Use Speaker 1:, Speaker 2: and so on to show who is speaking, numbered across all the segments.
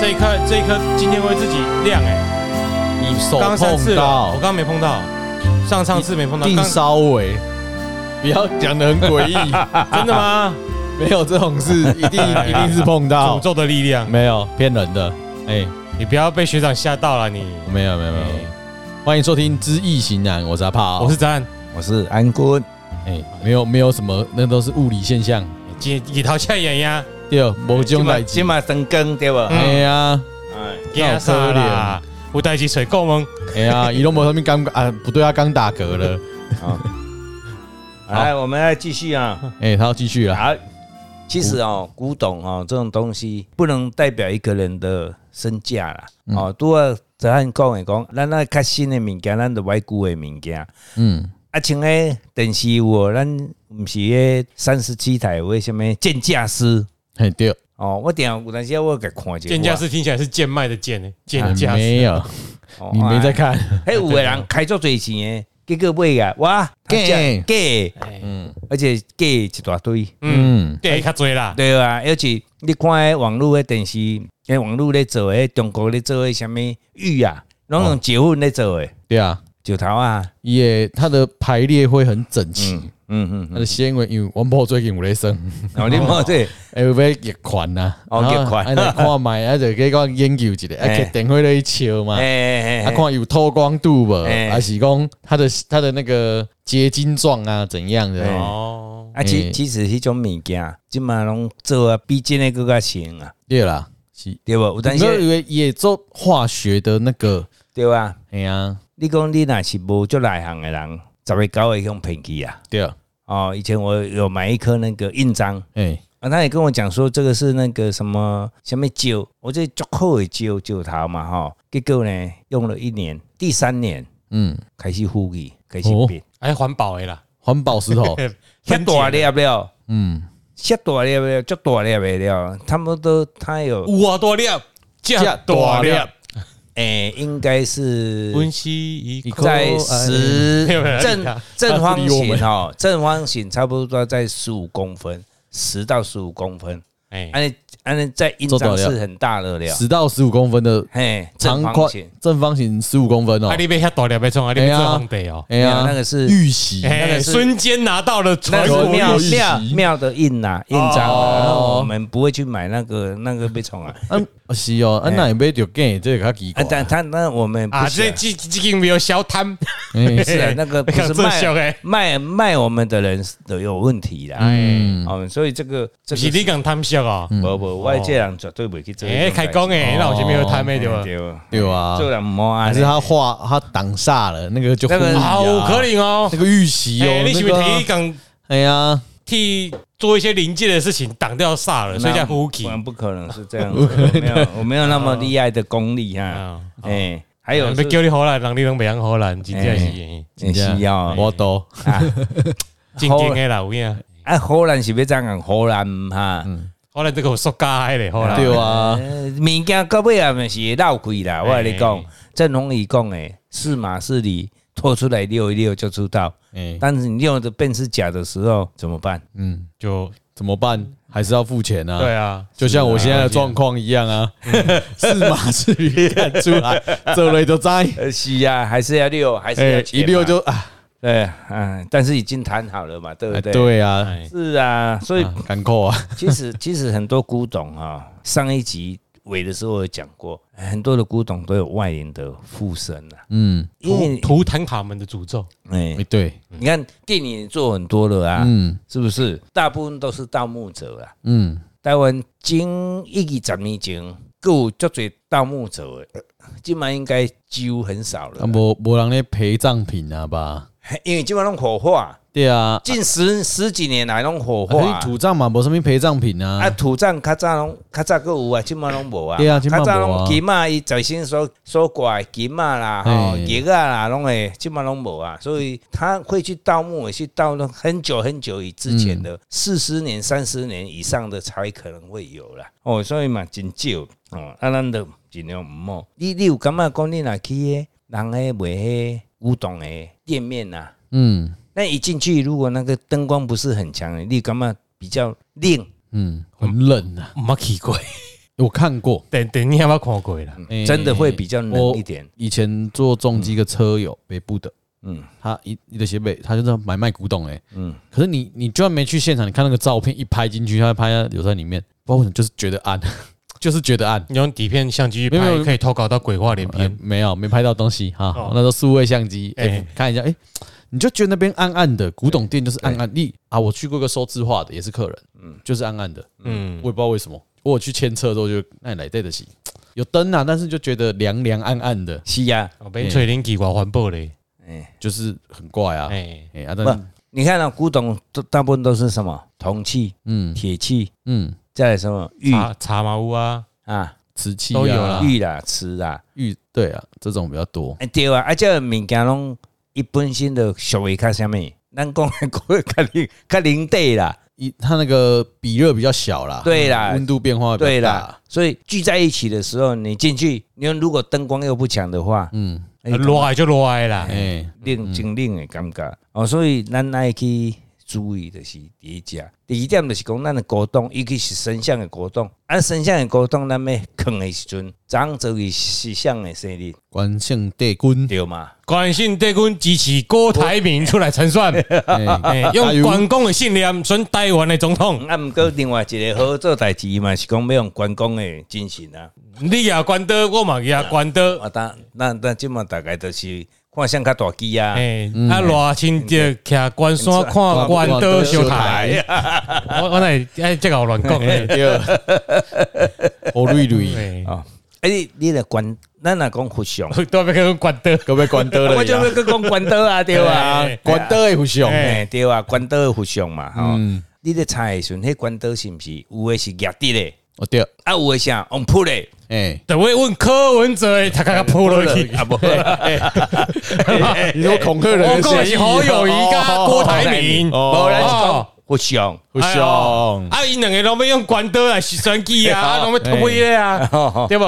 Speaker 1: 这一颗这一颗今天会自己亮哎，
Speaker 2: 你手
Speaker 1: 刚刚三次
Speaker 2: 碰
Speaker 1: 了，我
Speaker 2: 到
Speaker 1: 刚，刚没碰到，上上次没碰到，
Speaker 2: 定
Speaker 1: 刚
Speaker 2: 稍微，不要讲的很诡异，
Speaker 1: 真的 吗？
Speaker 2: 没有这种事，一定一定是碰
Speaker 1: 诅
Speaker 2: 到，
Speaker 1: 咒的力量，
Speaker 2: 没有骗人的，哎，
Speaker 1: 你不要被学长吓到了你。
Speaker 2: 没有没有没有
Speaker 1: 哎，
Speaker 2: 欢迎收听《知易行难》，我是阿炮，
Speaker 1: 我是张翰，
Speaker 3: 我是安坤，
Speaker 2: 哎，没有没有什么，那都是物理现象，
Speaker 1: 解解逃下眼呀，
Speaker 2: 对，某种代志
Speaker 3: 今，嘛深更对吧？
Speaker 1: 嗯
Speaker 2: 哎呀，
Speaker 3: 哎，
Speaker 1: 吓死
Speaker 2: 那有可
Speaker 1: 啦
Speaker 2: 能！
Speaker 1: 有代志找顾问，
Speaker 2: 哎 呀，移动某上面刚啊，不对，他刚打嗝
Speaker 1: 嗯
Speaker 2: 了，
Speaker 3: 好，来，我们来继续啊。
Speaker 2: 哎，他要继续了，
Speaker 3: 好，其实哦，古董哦这种东西不能代表一个人的身价啦。
Speaker 2: 嗯
Speaker 3: 哦，拄啊，泽汉讲的讲，咱那较新的物件，咱就买旧的物件。
Speaker 2: 嗯，
Speaker 3: 啊，像诶电视有哦，咱毋是诶三十七台为什么鉴价师？
Speaker 2: 嘿，对，
Speaker 3: 哦，我顶下有当时我给看一下。
Speaker 1: 贱价是听起来是贱卖的贱诶，贱价是
Speaker 2: 啊哎没有，
Speaker 3: 哦，
Speaker 2: 你没在看，
Speaker 3: 哎？迄有的人开足侪钱的，结果买啊，哇，
Speaker 2: 假的
Speaker 3: 假的
Speaker 1: 哎
Speaker 2: 嗯
Speaker 3: 而且假的一大堆。
Speaker 1: 嗯，
Speaker 2: 嗯，
Speaker 1: 给较多啦，
Speaker 3: 对啊，而且你看迄网络的电视，迄网络咧做的，中国咧做的什物玉啊，拢用石粉咧做的，
Speaker 2: 对啊。
Speaker 3: 石头啊，
Speaker 2: 也它的排列会很整齐，
Speaker 3: 嗯嗯嗯，
Speaker 2: 它的纤维因为王婆最近有咧生，
Speaker 3: 哦，你莫这，
Speaker 2: 哎，有要逆款呐，
Speaker 3: 哦
Speaker 2: 然后
Speaker 3: 逆款
Speaker 2: 啊，来看卖，啊，就给讲研究一下，啊，
Speaker 3: 哎
Speaker 2: 去电话咧笑嘛，啊，
Speaker 3: 哎哎
Speaker 2: 看有透光度无，
Speaker 3: 哎
Speaker 2: 还是讲它的它的那个结晶状啊怎样的，
Speaker 3: 哎
Speaker 1: 哦，
Speaker 3: 啊，其其实迄种物件，即嘛拢做啊，比真诶更较成啊，
Speaker 2: 对啦，是，
Speaker 3: 对无？有当
Speaker 2: 你以
Speaker 3: 时
Speaker 2: 为也做化学的那个，
Speaker 3: 对啊，
Speaker 2: 哎呀，
Speaker 3: 你讲你若是无足内行诶人，十个九个用骗去啊。
Speaker 2: 对，
Speaker 3: 哦，以前我有买一颗那个印章，
Speaker 2: 哎，
Speaker 3: 啊，他也跟我讲说，这个是那个什么什么酒，我这足好的酒酒头嘛吼，结果呢用了一年，第三年
Speaker 2: 嗯，
Speaker 3: 开始呼吸，开始
Speaker 2: 哦
Speaker 3: 变，
Speaker 1: 还环保诶啦，
Speaker 2: 环保 石 头，
Speaker 3: 遐、大粒了，
Speaker 2: 嗯，
Speaker 3: 遐大粒了，足大粒的了，差不多他有
Speaker 1: 有啊，多粒，价大粒，
Speaker 3: 诶、应该是
Speaker 1: 温西一
Speaker 2: 你看
Speaker 3: 在
Speaker 2: 哎
Speaker 3: 十
Speaker 1: 没有没有
Speaker 3: 正
Speaker 1: 他
Speaker 3: 正
Speaker 2: 他不
Speaker 3: 方
Speaker 2: 理我们
Speaker 3: 形哦，正方形差不多在十五公分，十到十五公分，
Speaker 1: 哎，
Speaker 3: 安尼安尼在印
Speaker 2: 嗯做大
Speaker 3: 章
Speaker 2: 了
Speaker 3: 是很大的了，
Speaker 2: 十到十五公分的
Speaker 3: 嘿，
Speaker 2: 长
Speaker 3: 啊
Speaker 2: 宽
Speaker 3: 正方形。
Speaker 2: 正方形十五公分哦
Speaker 1: 啊，，你被遐大粒被创啊，你
Speaker 2: 哎
Speaker 1: 被
Speaker 2: 呀
Speaker 1: 做皇帝哦，
Speaker 2: 哎
Speaker 3: 没有那个是
Speaker 2: 玉玺，
Speaker 3: 那
Speaker 1: 哎，
Speaker 3: 个是
Speaker 1: 瞬间拿到了
Speaker 3: 那
Speaker 1: 传
Speaker 3: 是
Speaker 1: 国玉
Speaker 3: 庙
Speaker 2: 玉玺
Speaker 3: 庙庙的印呐、印章、
Speaker 1: 哦
Speaker 3: 啊，然后我们不会去买那个那个被 虫啊。
Speaker 2: 啊，是哦，啊，
Speaker 3: 哎
Speaker 2: 那也买着假，这个较奇怪
Speaker 3: 啊，。但他那我们
Speaker 1: 啊，
Speaker 3: 不是、
Speaker 1: 这
Speaker 3: 啊，
Speaker 1: 这这间没有小 摊，
Speaker 2: 哎
Speaker 3: 是啊，那个不是
Speaker 1: 这小
Speaker 3: 卖
Speaker 1: 诶，
Speaker 3: 卖卖我们的人都有问题啦。
Speaker 2: 嗯，
Speaker 3: 哦，所以这个这
Speaker 1: 不
Speaker 3: 个
Speaker 1: 是你讲贪小哦，
Speaker 3: 不不，外界人绝对不会去嗯做这种
Speaker 1: 哎，
Speaker 3: 事情。
Speaker 1: 开工诶，那我就没有摊诶对吧？
Speaker 3: 哦哎对吧？
Speaker 2: 对啊，
Speaker 3: 做人唔好啊
Speaker 2: 还，是他画他挡煞了，那个就
Speaker 3: 那个
Speaker 2: 昏迷啊
Speaker 1: 好可能哦
Speaker 2: 那，个玉玺
Speaker 1: 哎，
Speaker 2: 哦，
Speaker 1: 你是不
Speaker 2: 那
Speaker 1: 是
Speaker 2: 个
Speaker 1: 提
Speaker 2: 啊
Speaker 1: 议讲
Speaker 2: 哎呀，
Speaker 1: 替做一些临界的事情挡掉煞了，所以叫呼气
Speaker 3: 不。然不可能是这样，我没有我没有那么厉害的功 力哈。
Speaker 1: 啊，
Speaker 3: 哎，还
Speaker 1: 还
Speaker 3: 有
Speaker 1: 被
Speaker 3: 是
Speaker 1: 叫你荷兰，人你拢袂晓荷兰，真正是
Speaker 3: 哎是要
Speaker 2: 我都
Speaker 3: 啊
Speaker 1: 真经诶啦，有影。
Speaker 3: 啊，荷兰是要怎样？荷兰哈。
Speaker 1: 荷兰这个有塑胶诶咧，荷兰。
Speaker 2: 对啊，
Speaker 3: 呃物件到尾也毋是会闹开啦，我甲你
Speaker 1: 哎
Speaker 3: 讲，正如伊讲诶，是马是里拖出来溜一溜就知道。
Speaker 2: 哎，
Speaker 3: 但是你用的便是假的时候怎么办？
Speaker 2: 嗯，
Speaker 1: 就
Speaker 2: 怎么办？还是要付钱啊。
Speaker 1: 对，啊，
Speaker 2: 就像我现在的状况一样啊， 是马是驴看出来，这类都在，
Speaker 3: 呃，是啊，还是要溜，还是要
Speaker 2: 哎，
Speaker 3: 钱
Speaker 2: 一
Speaker 3: 嘛
Speaker 2: 溜就啊，
Speaker 3: 对，嗯，但是已经谈好了嘛，对不
Speaker 2: 哎
Speaker 3: 对？，
Speaker 2: 对啊，
Speaker 1: 哎
Speaker 3: 是啊，所以
Speaker 2: 啊干扣啊，
Speaker 3: 其实其实很多古董啊，上一集尾的时候有讲过，很多的古董都有外人的附身啊，
Speaker 2: 嗯，
Speaker 3: 因为
Speaker 1: 图坦卡门的诅咒，
Speaker 3: 哎
Speaker 2: 哎，对，
Speaker 3: 你看电影也做很多了啊，
Speaker 2: 嗯
Speaker 3: 是不是？大部分都是盗墓者啊啦。
Speaker 2: 嗯，
Speaker 3: 台湾经一二十年前，还有足侪盗墓者的，即摆应该几乎很少了
Speaker 2: 啊，，无无人咧陪葬品啊吧？
Speaker 3: 因为即摆拢火化，
Speaker 2: 对啊，
Speaker 3: 近十十几年来拢火
Speaker 2: 啊
Speaker 3: 化
Speaker 2: 可是。土葬嘛，无什么陪葬品啊。
Speaker 3: 啊，土葬较早拢较早阁有啊，即摆拢无啊。
Speaker 2: 对啊现在
Speaker 3: 较
Speaker 2: 没有啊
Speaker 3: 早拢金仔伊在身所所挂的金仔啦、吼
Speaker 2: 嘿
Speaker 3: 玉啊啦，拢会即摆拢无啊。所以他会去盗墓，也去盗那很久很久以之前
Speaker 2: 嗯
Speaker 3: 的四十年、三十年以上的才可能会有啦。哦，所以嘛真少哦，啊，咱就尽量毋好。你你有感觉讲你若去诶，人诶卖迄古董诶店面啊，
Speaker 2: 嗯
Speaker 3: 那一进去如果那个灯光不是很强，你有感觉比较亮。
Speaker 2: 嗯，很冷啊，
Speaker 1: 没去过。
Speaker 2: 我看过，
Speaker 1: 等等，你还没看过啦？
Speaker 2: 欸
Speaker 3: 嗯真的会比较冷一点。
Speaker 2: 我以前做重机的车友，北部的，
Speaker 3: 嗯
Speaker 2: 他一你的斜北，他就是买卖古董哎、
Speaker 3: 嗯，
Speaker 2: 可是你你就算没去现场，你看那个照片一拍进去，他拍他留在里面，不知道为什么就是觉得暗， 就是觉得暗。
Speaker 1: 你用底片相机去
Speaker 2: 没有没
Speaker 1: 拍，
Speaker 2: 有
Speaker 1: 可以投稿到鬼话连
Speaker 2: 哎
Speaker 1: 篇。
Speaker 2: 没有，没拍到东西哈。
Speaker 1: 哦
Speaker 2: 那时候数位相机，哎、
Speaker 1: 哎
Speaker 2: 看一下，哎、你就觉得那边暗暗的，古董店就是暗暗。你啊，我去过一个收字画的，也是客人，就是暗暗的，
Speaker 1: 嗯嗯
Speaker 2: 我，也不知道为什么。我有去牵车之后就，那你来对得起，有灯啊，但是就觉得凉凉暗暗的，
Speaker 3: 是呀，
Speaker 1: 我被吹冷气我环保嘞。
Speaker 3: 哎，
Speaker 2: 就是很怪啊。哎、
Speaker 1: 哎，
Speaker 2: 啊，
Speaker 3: 不
Speaker 2: 但，
Speaker 3: 你看啊，古董都大部分都是什么铜器、
Speaker 2: 嗯
Speaker 3: 铁器，
Speaker 2: 嗯，
Speaker 3: 再来什么玉
Speaker 1: 茶茶茅屋啊，
Speaker 3: 啊、
Speaker 2: 瓷器、啊、
Speaker 1: 都有啦
Speaker 3: 玉啦、瓷啦，
Speaker 2: 玉对啊，这种比较多。
Speaker 3: 哎对啊，啊这物件拢伊本身就属于较啥物，咱讲的国较零 较零地啦，
Speaker 2: 一它那个比热比较小啦，
Speaker 3: 对啦
Speaker 2: 温度变化比较
Speaker 3: 对
Speaker 2: 大
Speaker 3: 啦，，所以聚在一起的时候，你进去，你如果灯光又不强的话，
Speaker 2: 嗯，
Speaker 3: 哎
Speaker 1: 热啊爱就热爱啦。
Speaker 2: 哎、
Speaker 3: 冷真冷的感觉。哦，所以咱爱去注意的是第一家，第二点就是讲咱的果冻，尤其是神像的果冻，啊，神像的果冻咱要藏的时阵，昨昏做伊是像的生日
Speaker 2: 关圣帝君，
Speaker 3: 对嘛？
Speaker 1: 关信对阮支持郭台铭出来参选，
Speaker 2: 哎
Speaker 1: 哎用关公的信念选台湾的总统。
Speaker 3: 啊，毋过另外一个好做代志嘛，是讲要用关公的精神啊。
Speaker 1: 你也关刀，我嘛也关刀。
Speaker 3: 啊，当咱咱即嘛大概就是看像较大机啊。
Speaker 1: 哎，啊，热亲就徛关山看关刀小台。 我我那哎，这个乱讲嘞。
Speaker 2: 对，我瑞瑞，
Speaker 1: 哎
Speaker 3: 啊，哎，你你来关，咱若讲佛像，
Speaker 1: 我都要跟关刀。
Speaker 2: 各位关灯
Speaker 3: 我
Speaker 2: 了
Speaker 3: 就要
Speaker 2: 呀，
Speaker 3: 去讲关刀啊，对啊。
Speaker 2: 关灯也不行，
Speaker 1: 哎
Speaker 3: 哎，对啊，关刀的佛像嘛，吼、
Speaker 2: 嗯
Speaker 3: 你咧猜的时阵，迄关刀是毋是有的是压地咧，
Speaker 2: 哦对，
Speaker 3: 啊有的啥往铺咧，
Speaker 2: 哎，
Speaker 1: 等会问柯文哲，他刚刚扑落去。
Speaker 3: 啊无，
Speaker 2: 你说恐吓
Speaker 1: 我
Speaker 2: 人
Speaker 1: 讲的是侯友谊跟郭台铭，
Speaker 3: 无咱是
Speaker 1: 哦
Speaker 3: 讲佛像，
Speaker 2: 不
Speaker 1: 哎呦
Speaker 2: 凶，
Speaker 1: 啊，因两个拢要用关刀来选举啊，拢要推的啊，
Speaker 3: 啊，
Speaker 1: 对不？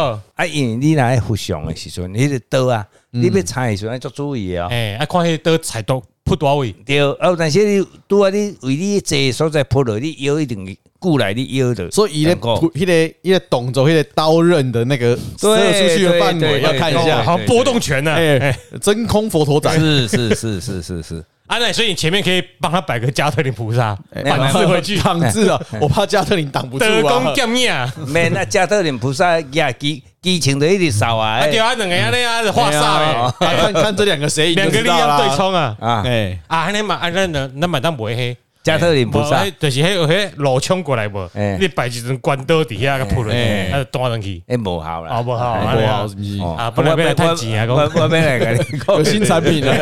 Speaker 3: 因为你若爱佛像的时阵，迄个刀啊，你要猜的时阵要足注意的哦。
Speaker 1: 哎，啊，看迄刀菜刀扑多位，
Speaker 3: 对，啊，但是你拄啊，你为你坐的所在铺落，你腰一定固来，你腰的，
Speaker 2: 所以一个
Speaker 3: 两个
Speaker 2: 一个一个动作，一个刀刃的那个射出去的范围要看一
Speaker 1: 哦
Speaker 2: 下，
Speaker 1: 好像波动拳呢。
Speaker 2: 哎，真空佛陀掌，
Speaker 3: 是是是是是 是，
Speaker 1: 啊，那所以你前面可以帮他摆个加特林菩萨，反制回去，
Speaker 2: 挡制啊，我怕加特林挡不住
Speaker 1: 德
Speaker 2: 啊
Speaker 1: 公，见面啊，
Speaker 3: 免啊，加特林菩萨压基基情的一直扫啊，
Speaker 1: 啊
Speaker 3: 哎
Speaker 1: 对啊，两个安尼啊，画
Speaker 2: 哎呀
Speaker 1: 煞
Speaker 2: 啊看看这两个谁
Speaker 1: 诶，
Speaker 2: 赢
Speaker 1: 两个
Speaker 2: 就知
Speaker 1: 力
Speaker 2: 道啦，
Speaker 1: 量对冲啊，
Speaker 3: 啊，
Speaker 2: 哎，
Speaker 1: 啊，安尼嘛，安尼咱咱买当袂黑，
Speaker 3: 加特林菩
Speaker 1: 无
Speaker 3: 萨
Speaker 1: 那。就是迄迄路冲过来无
Speaker 3: 哎，
Speaker 1: 你摆一阵关刀底下个扑落去，
Speaker 2: 哎
Speaker 1: 啊，就断上去，
Speaker 3: 哎，无效啦，
Speaker 1: 啊，无好，
Speaker 2: 哎
Speaker 1: 安
Speaker 2: 不
Speaker 1: 尼
Speaker 2: 好
Speaker 1: 啊
Speaker 2: 是不是？
Speaker 3: 哦
Speaker 1: 啊不然要来探钱啊
Speaker 3: 我我我要来跟你
Speaker 2: 有
Speaker 3: 讲，啊
Speaker 2: 新产品了，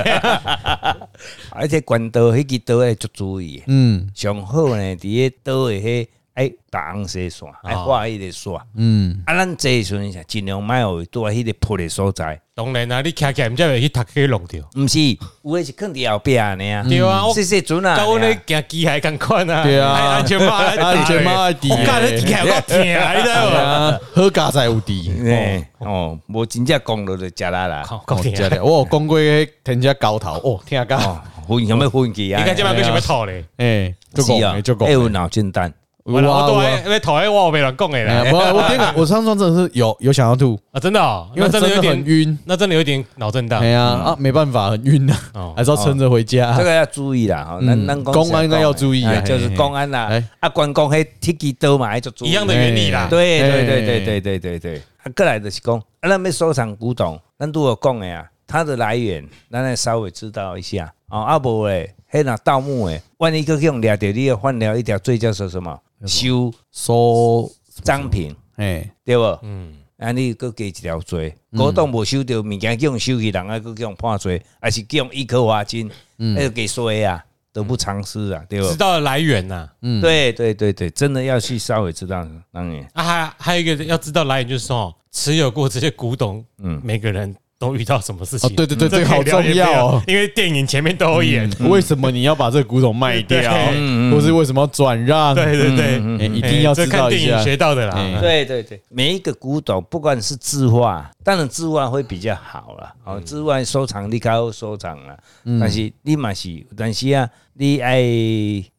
Speaker 3: 而且关刀迄支刀要足注意的，
Speaker 2: 嗯
Speaker 3: 上好呢，伫迄刀的迄哎打红色
Speaker 1: 哦
Speaker 3: 线，哎画迄个线，啊，
Speaker 2: 嗯，
Speaker 3: 咱这的时阵是尽量莫有拄啊迄个破的所在，
Speaker 1: 当然啊，你徛起来毋才会去读去弄着，
Speaker 3: 毋是，有的是放伫后壁安尼啊，
Speaker 2: 嗯
Speaker 1: 对啊，我
Speaker 3: 细细阵啊，
Speaker 1: 甲阮咧行机械共款啊，
Speaker 2: 对啊
Speaker 1: 还安全帽，
Speaker 2: 安全帽在地
Speaker 1: 我干咧机械我疼，你知
Speaker 2: 对
Speaker 1: 道无？
Speaker 2: 啊，喝咖仔无敌。
Speaker 3: 哎哦，无真正讲落就食啦啦，
Speaker 1: 靠，
Speaker 2: 哦
Speaker 1: 够疼
Speaker 2: 真的我有讲过迄添加高头哦，听
Speaker 3: 哦
Speaker 2: 讲，，
Speaker 3: 分有咩分歧啊
Speaker 1: 你？看这摆佫想要吐咧，
Speaker 2: 哎，就是讲
Speaker 3: 啊，
Speaker 2: 就讲，
Speaker 3: 还有脑震荡，
Speaker 1: 我我都
Speaker 2: 哎
Speaker 1: 要要吐诶，我有被人讲诶啦
Speaker 2: 呀，不，我跟你讲，我上妆真的是有有想要吐，
Speaker 1: 啊，真的哦，
Speaker 2: 因为
Speaker 1: 那真的有
Speaker 2: 真的很
Speaker 1: 点
Speaker 2: 晕，
Speaker 1: 那真的有点脑震荡
Speaker 2: 哎。呀啊，没办法，很晕啊
Speaker 1: 哦，
Speaker 2: 还是要撑着回家
Speaker 3: 这。个要注意啦，哈，咱
Speaker 2: 啊嗯
Speaker 3: 咱
Speaker 2: 公安应该要注意啊
Speaker 3: 哎就是
Speaker 2: 嘿嘿
Speaker 3: 公安啦
Speaker 2: 哎，
Speaker 3: 啊，关公迄铁机刀嘛，要做注意
Speaker 1: 一样的原理啦
Speaker 2: 哎
Speaker 3: 对对对
Speaker 2: 哎
Speaker 3: 对对对对对，啊，过来就是讲，啊，咱要收藏古董，咱都有讲的啊，它的来源，咱来稍微知道一下哦。啊，无诶，迄若盗墓诶，万一去用掠着，你要换了一条罪叫做什么？收
Speaker 2: 收，
Speaker 3: 赃品，
Speaker 2: 哎，
Speaker 3: 对无？
Speaker 1: 嗯，
Speaker 3: 啊，你搁加一条罪，古董无收着物件，去用收去，人啊，搁去用判罪，还是去用一颗罚金，那就给衰啊，得不偿失啊，对
Speaker 1: 知
Speaker 3: 无？
Speaker 1: 道来源啊呐。
Speaker 2: 嗯
Speaker 3: 对对对对，真的要去稍微知道，当然。
Speaker 1: 啊，还还有一个要知道来源就是哦，持有过这些古董，
Speaker 3: 嗯
Speaker 1: 嗯，每个人都遇到什么事
Speaker 2: 哦
Speaker 1: 情？，
Speaker 2: 对对对，这
Speaker 1: 这
Speaker 2: 个
Speaker 1: 可以
Speaker 2: 好
Speaker 1: 聊
Speaker 2: 重
Speaker 1: 也不
Speaker 2: 要哦。嗯
Speaker 1: 因为电影前面都有演。
Speaker 2: 为什么你要把这个古董卖掉
Speaker 1: 对，
Speaker 3: 嗯嗯
Speaker 2: 或是为什么要转让？
Speaker 1: 对对对，
Speaker 2: 哎，
Speaker 1: 哎
Speaker 2: 一定要
Speaker 1: 这
Speaker 2: 知
Speaker 1: 看
Speaker 2: 道
Speaker 1: 电
Speaker 2: 一
Speaker 1: 影
Speaker 2: 下。
Speaker 1: 学到的
Speaker 2: 哎
Speaker 1: 啦。
Speaker 3: 对对对，每一个古董，不管是字画，当然字画会比较好啦。哦，字画收藏你较好收藏啦，但是你嘛是，但是啊，你爱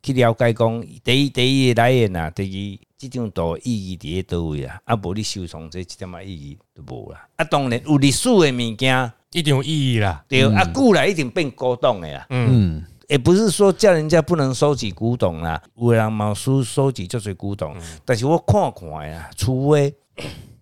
Speaker 3: 去了解讲第一第一的来源啊，第二即种图的意义伫咧倒位啦，啊无你收藏这一点仔意义都无啦。啊，当然有历史的物件，
Speaker 1: 一定有意义啦。
Speaker 3: 对、啊，古来一定变古董的啦。
Speaker 2: 嗯，
Speaker 3: 也不是说叫人家不能收集古董啦，有的人嘛有收收集这些古董，
Speaker 1: 嗯
Speaker 3: 但是我看看的啦，除非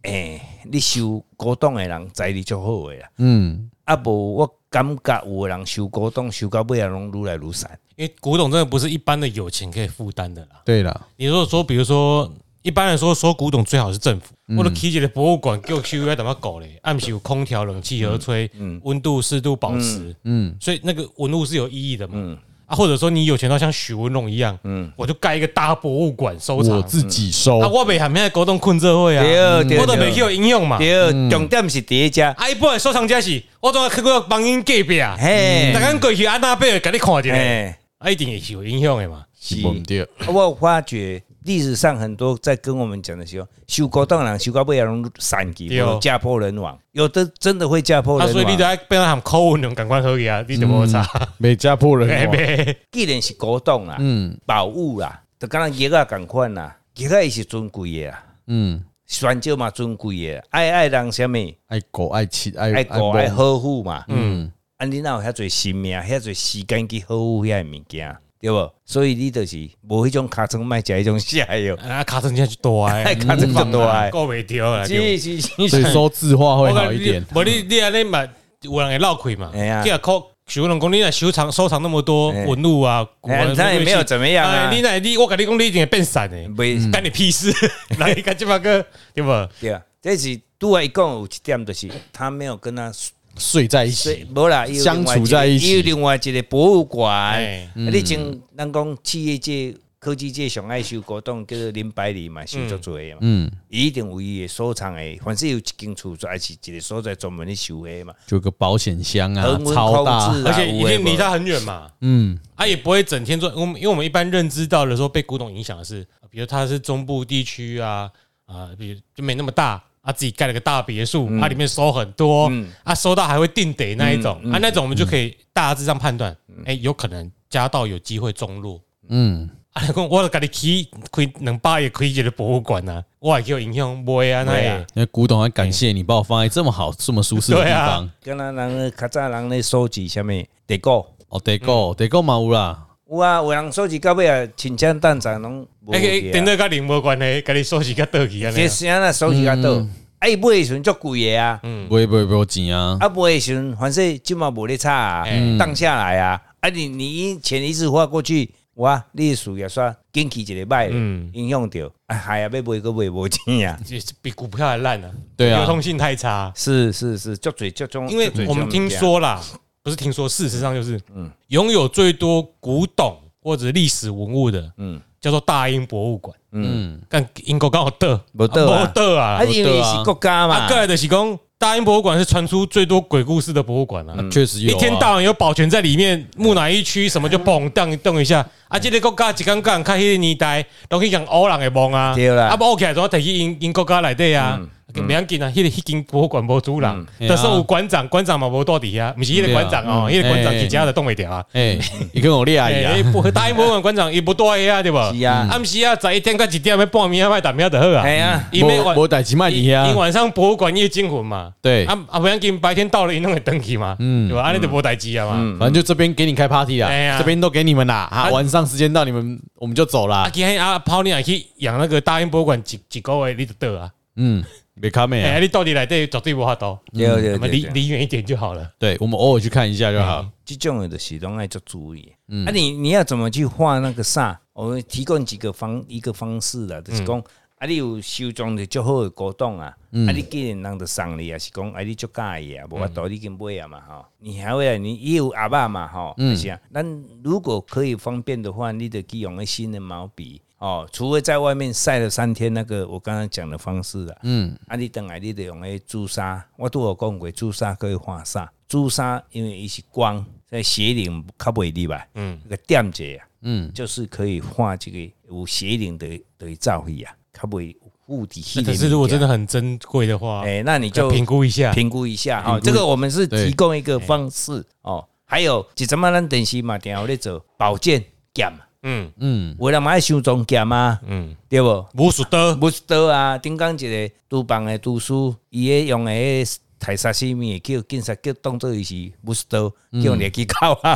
Speaker 3: 诶、你收古董的人财力足好诶啦，
Speaker 2: 嗯，
Speaker 3: 啊无我感觉有的人收古董收到尾啊，拢愈来愈散。
Speaker 1: 因为古董真的不是一般的有钱可以负担的啦。
Speaker 2: 对了，
Speaker 1: 你如果说，比如说，一般来说收古董最好是政府，或者起一个博物馆给我修要怎么搞嘞？暗时有空调、冷气和吹，温度适度保持，
Speaker 2: 嗯
Speaker 1: 嗯，所以那个文物是有意义的嘛。啊，或者说你有钱到像许文龙一样，嗯，我就盖一个大博物馆收藏
Speaker 2: 我。自己收
Speaker 1: 啊，，我未含咩古董困这会啊，
Speaker 3: 对对
Speaker 1: 我都未去有应用嘛。
Speaker 3: 第二、重点是第一家，
Speaker 1: 啊，一般的收藏家是，我总要去过帮因隔壁啊，
Speaker 3: 嘿
Speaker 1: 大，家过去安娜贝尔给你看一下，
Speaker 3: 哎，
Speaker 1: 啊，一定也是有影响的嘛。
Speaker 3: 是。啊
Speaker 2: 我们第二，
Speaker 3: 我有发觉历史上很多在跟我们讲的时候，修高档人修高不要容啊散去，
Speaker 1: 对哦
Speaker 3: 有家破人亡，有的真的会家破
Speaker 1: 啊，
Speaker 3: 人
Speaker 1: 所以你就
Speaker 3: 亡。
Speaker 1: 要变成含口吻，赶快喝去啊，你就无差。
Speaker 2: 美加破人
Speaker 1: 哎
Speaker 2: 亡，
Speaker 1: 呗，
Speaker 3: 既然是古董啊啦，
Speaker 2: 嗯
Speaker 3: 宝物啦，就敢若叶啊共款啦，叶啊伊是尊贵的啦，
Speaker 2: 嗯，
Speaker 3: 选择嘛尊贵的，啊爱爱人什么，
Speaker 2: 爱狗爱妻爱
Speaker 3: 爱顾
Speaker 2: 猫
Speaker 3: 爱呵护嘛。
Speaker 1: 嗯，
Speaker 3: 啊，你哪有遐侪生命，遐侪时间去呵护遐物件，对无？所以你就是无迄种尻川卖食迄种下药，
Speaker 1: 啊，卡通现在就多 哎，嗯
Speaker 3: 卡通就大的
Speaker 1: 够袂掉啦。对
Speaker 3: 是是是
Speaker 2: 所以 收字画会好一点。
Speaker 1: 我跟你无你你安尼嘛，有人会闹开嘛。
Speaker 3: 哎呀
Speaker 1: 这靠许文龙讲，你若收藏收藏那么多
Speaker 3: 哎
Speaker 1: 文物啊，古
Speaker 3: 哎
Speaker 1: 玩，
Speaker 3: 他也没有怎么样啊嗯
Speaker 1: 哎你那你我跟你讲，你一定会变散的，
Speaker 3: 袂
Speaker 1: 干你屁事？ 来，你看这把歌对不？
Speaker 3: 对啊，这是拄啊，一讲有一点就是他没有跟他
Speaker 2: 睡在一
Speaker 3: 所以
Speaker 2: 起，
Speaker 3: 无啦，他有
Speaker 2: 相
Speaker 3: 另外
Speaker 2: 处在一
Speaker 3: 一
Speaker 2: 起
Speaker 3: 个他有另外一个博物馆，
Speaker 1: 哎
Speaker 3: 啊你像咱讲企业界、科技界上爱收古董，叫做林百里嘛，收足多的嘛，
Speaker 2: 嗯，
Speaker 3: 伊一定有伊的收藏的，凡是有一间厝还是一个所在专门咧收的嘛，
Speaker 2: 就有个保险箱啊
Speaker 3: 恒，温
Speaker 2: 超
Speaker 3: 控
Speaker 2: 大，
Speaker 3: 制啊，
Speaker 1: 而且一定离
Speaker 3: 有的
Speaker 1: 他很远嘛。
Speaker 2: 嗯，
Speaker 1: 啊，也不会整天做。我们因为我们一般认知到的说，被古董影响的是，比如它是中部地区啊，啊，比如就没那么大啊，自己盖了个大别墅，它、里面收很多，啊，收到还会定得那一种，啊，那种我们就可以大致上判断，哎、有可能家道有机会中落。
Speaker 2: 嗯，
Speaker 1: 啊， 你讲我就给你起开两百也开一个博物馆啊，我还有影响不会啊那
Speaker 3: 对
Speaker 1: 样
Speaker 3: 啊。
Speaker 2: 那古董还感谢你把我放在这么好、这么舒适的地方。
Speaker 3: 敢若人咧较早人咧收集什物地沟。
Speaker 2: 哦，得够，得够嘛有啦，
Speaker 3: 有啊，有人收集到尾啊，清江蛋仔拢无
Speaker 1: 哎、
Speaker 3: 去啊
Speaker 1: 等到跟零无关系，跟你收起个倒去啊那
Speaker 3: 这
Speaker 1: 样。
Speaker 3: 是安那手机较倒，
Speaker 2: 嗯
Speaker 3: 哎买的时阵足贵的啊，
Speaker 2: 不会不会不会钱啊，
Speaker 3: 啊买的时阵反正即嘛无咧差啊
Speaker 1: 嗯，
Speaker 3: 荡下来啊，啊你你钱一直花过去，哇，你的事业煞经济一个歹
Speaker 1: 嗯
Speaker 3: 影响着，啊还要买买个买无钱啊，
Speaker 1: 就是比股票还烂啊！
Speaker 2: 对啊
Speaker 1: 流通性太差。
Speaker 3: 是是是，足侪足 种，
Speaker 1: 因为
Speaker 3: 足多
Speaker 1: 我们听说啦，不是听说，事实上就是，嗯，拥有最多古董或者历史文物的，嗯，叫做大英博物馆。
Speaker 2: 嗯，
Speaker 1: 但英国刚好得，
Speaker 3: 没倒
Speaker 1: 没
Speaker 3: 啊
Speaker 1: 得
Speaker 3: 这种物件，啊
Speaker 1: 啊！
Speaker 3: 因为是国家嘛
Speaker 1: 啊，，个的是讲大英博物馆是传出最多鬼故事的博物馆啊。
Speaker 2: 确实有
Speaker 1: 一
Speaker 2: 啊。
Speaker 1: 天到晚有保全在里面，木乃伊区什么就蹦荡动一下，啊，这个国家一刚刚看迄个年代，拢去讲欧人的梦啊，
Speaker 3: 对啦
Speaker 1: 啊，不 OK 怎么提去英英国家内底啊？袂要紧啊，迄个迄间博物馆无主人，
Speaker 2: 嗯
Speaker 1: 但是有馆长，馆长嘛无到底啊，毋是迄个馆长哦，
Speaker 2: 对啊
Speaker 1: 迄个馆长
Speaker 2: 嗯
Speaker 1: 是家的动袂掉啊。
Speaker 2: 哎，你跟我厉害
Speaker 1: 哎，
Speaker 2: 呀，
Speaker 1: 不大英博物馆馆长伊无住遐啊，对无？
Speaker 3: 是啊
Speaker 1: 暗时啊，十一点到一点要半暝啊，卖蛋饼就好啊。
Speaker 3: 哎呀，
Speaker 1: 伊要晚
Speaker 2: 我我代志卖你呀
Speaker 1: 因，晚上博物馆夜惊魂嘛，
Speaker 2: 啊对
Speaker 1: 啊啊，不要紧，白天到了伊弄会登去嘛，
Speaker 2: 嗯
Speaker 1: 对吧？安尼就无代志啊嘛。
Speaker 2: 反正就这边给你开 party
Speaker 1: 哎
Speaker 2: 啦，
Speaker 1: 呀
Speaker 2: 这边都给你们啦，啊，
Speaker 1: 啊
Speaker 2: 晚上时间到你们我们就走
Speaker 1: 啊，
Speaker 2: 啦，
Speaker 1: 今天啊，泡你也去养那个大英博物馆一一个月，你就倒啊！
Speaker 2: 嗯，别卡妹
Speaker 1: 哎、
Speaker 2: 啊，
Speaker 1: 你到底来这绝对无法度，
Speaker 3: 对对
Speaker 1: 我们
Speaker 3: 对
Speaker 1: 嗯离
Speaker 3: 对。
Speaker 1: 离远一点就好了。
Speaker 2: 对我们偶尔去看一下就好，
Speaker 3: 哦这种的就是拢爱做注意。啊你，你要怎么去画那个煞？我们提供几个方一个方式啦，就是讲、啊，你有收藏的足好的古董啊，啊，你既然人就送你啊，是讲啊，你足介意啊，无法度你已经买啊嘛吼，你还会啊，你也有阿爸嘛吼，是啊。咱如果可以方便的话，你得去用个新的毛笔。哦，除非在外面晒了三天，那个我刚刚讲的方式啊，嗯，啊，你等来你得用诶朱砂，我都有讲过，朱砂可以画煞，朱砂因为伊是光，在邪灵较袂入来，嗯，个点者啊，嗯，就是可以画这个有邪灵的的造诣啊，较袂附体系
Speaker 1: 可是如果真的，很珍贵的话，
Speaker 3: 哎、那你
Speaker 1: 要
Speaker 3: 就
Speaker 1: 评估一下。
Speaker 3: 评估一下哈、哦，这个我们是
Speaker 2: 对
Speaker 3: 提供
Speaker 1: 哎
Speaker 3: 一个方式哦，还有一阵嘛，咱电视嘛，定有咧做保健减嘛，
Speaker 1: 嗯
Speaker 2: 嗯，
Speaker 3: 为了嘛爱修中检啊，
Speaker 1: 嗯，
Speaker 3: 对无？
Speaker 1: 无数的，
Speaker 3: 木刀啊，顶讲一个厨房的厨师，伊迄用的迄台杀死物，叫警察叫当做伊是木刀，叫掠去搞啊，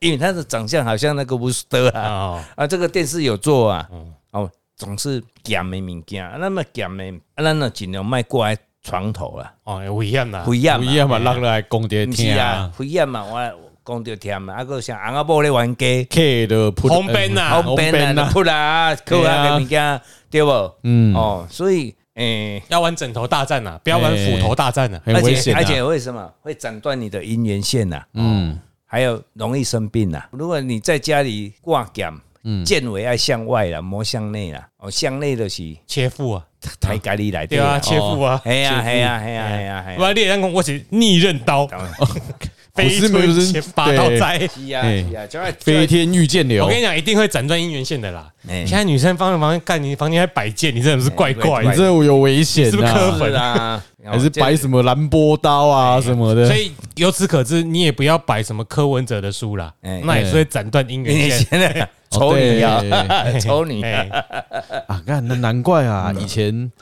Speaker 3: 因为他的长相好像那个木刀啊，
Speaker 1: 哦，
Speaker 3: 啊，这个电视有做啊，哦，总是咸的物件，那么咸的，啊，咱就尽量卖过来床头啦，
Speaker 1: 哦，有危险啦，
Speaker 3: 危险
Speaker 2: 不
Speaker 3: 嘛
Speaker 2: 一样嘛，让来讲这
Speaker 3: 毋是
Speaker 2: 听
Speaker 3: 啊，危险嘛，我讲着忝啊，啊，个像翁仔某咧冤家，
Speaker 2: ，K 的呃扑
Speaker 1: 红边呐啊
Speaker 3: 好变啊，扑啦，扣啊个物件，对无？
Speaker 2: 嗯，
Speaker 3: 哦，所以诶。
Speaker 1: 要玩枕头大战呐，不要玩斧头大战呐。
Speaker 2: 很
Speaker 3: 而
Speaker 2: 危
Speaker 3: 且
Speaker 2: 险啊
Speaker 3: 而且为什么会斩断你的姻缘线呐、啊
Speaker 1: 哦
Speaker 2: 嗯
Speaker 3: 还有容易生病呐、如果你在家里挂剑，
Speaker 2: 嗯
Speaker 3: 剑尾爱向外啦，莫向内啦。哦，向内就是
Speaker 1: 切腹啊，
Speaker 3: 抬家里来
Speaker 1: 对啊，切腹啊，
Speaker 3: 哎呀，哎呀，哎呀，哎呀，哎
Speaker 1: 不
Speaker 3: 呀，
Speaker 1: 然猎人讲我是逆刃刀，飞
Speaker 2: 不是不
Speaker 1: 出
Speaker 2: 是
Speaker 1: 切拔刀
Speaker 2: 对
Speaker 1: 灾。
Speaker 3: 是啊，
Speaker 2: 哎
Speaker 3: 是啊，就要
Speaker 2: 飞天御剑流
Speaker 1: 我跟，你讲，一定会斩断姻缘线的啦。
Speaker 3: 哎
Speaker 1: 现在女生放在房间干，你房间还摆件，你真的是怪怪
Speaker 2: 你
Speaker 1: 的。
Speaker 2: 这有危险
Speaker 1: 是不是
Speaker 2: 呐
Speaker 1: 科哦
Speaker 3: 是啦，
Speaker 2: 还是 摆什么蓝波刀啊什么的，
Speaker 1: 哎所以由此可知，你也不要摆什么柯文哲的书啦，
Speaker 3: 哎
Speaker 1: 那也是会斩断姻
Speaker 3: 姻
Speaker 1: 缘
Speaker 3: 缘
Speaker 1: 线。
Speaker 3: 线
Speaker 2: 哦
Speaker 3: 的抽你啊， 抽你啊，
Speaker 1: 哎，
Speaker 2: 啊，看那难怪啊，
Speaker 1: 嗯
Speaker 2: 以前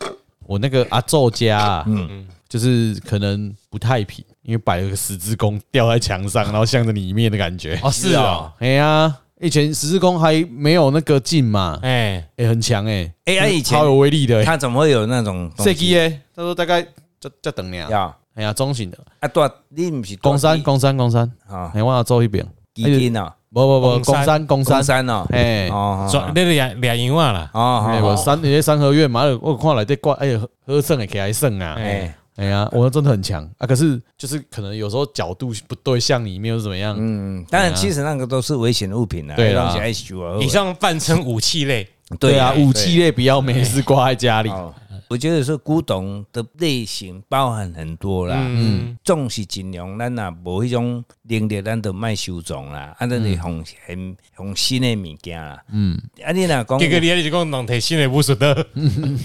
Speaker 2: 我那个阿昼家、啊，嗯，就是可能不太平，因为摆了个十字弓吊在墙上，然后向着里面的感觉。
Speaker 1: 嗯哦是哦，
Speaker 2: 哎呀，以前十字弓还没有那个劲嘛，
Speaker 1: 哎，
Speaker 2: 哎，很强哎，
Speaker 3: 哎啊以前
Speaker 2: 超有威力的欸。
Speaker 3: 他怎么会有那种东
Speaker 2: 设
Speaker 3: 西
Speaker 2: 计哎，他说大概就就等你啊，
Speaker 3: 呀？
Speaker 2: 哎呀，中型的，
Speaker 3: 啊，对，你不是
Speaker 2: 公山公山公山，
Speaker 3: 啊，
Speaker 2: 哎，我要走一边，
Speaker 3: 基金啊，
Speaker 2: 不不不，
Speaker 1: 公
Speaker 2: 公
Speaker 1: 山
Speaker 2: 山公
Speaker 3: 公
Speaker 2: 山，
Speaker 3: 山哦，
Speaker 2: 哎。
Speaker 3: 哦
Speaker 1: 抓那俩俩赢完啦。
Speaker 2: 哎，
Speaker 3: 哦
Speaker 2: 我，三那些三合院嘛，我有看来这挂，哎呀，喝剩也可以来剩啊，
Speaker 3: 哎。
Speaker 2: 哎呀，我真的很强啊！可是就是可能有时候角度不对，向里面又怎么样？
Speaker 3: 嗯，当然，其实那个都是危险物品啊，
Speaker 2: 对啦
Speaker 3: 那东西爱修啊。
Speaker 1: 以上泛称武器类，
Speaker 2: 对哎啊，
Speaker 3: 对
Speaker 2: 武器类不要没事挂在家里。
Speaker 3: 哦，我觉得说古董的类型包含很多啦，
Speaker 1: 嗯，
Speaker 3: 总是尽量咱若无迄种能力，咱就卖收藏啦，啊，咱就用很用新的物件啦。
Speaker 2: 嗯，
Speaker 3: 啊，你若讲
Speaker 1: 这个你就是讲两台新的武术的，
Speaker 3: 嗯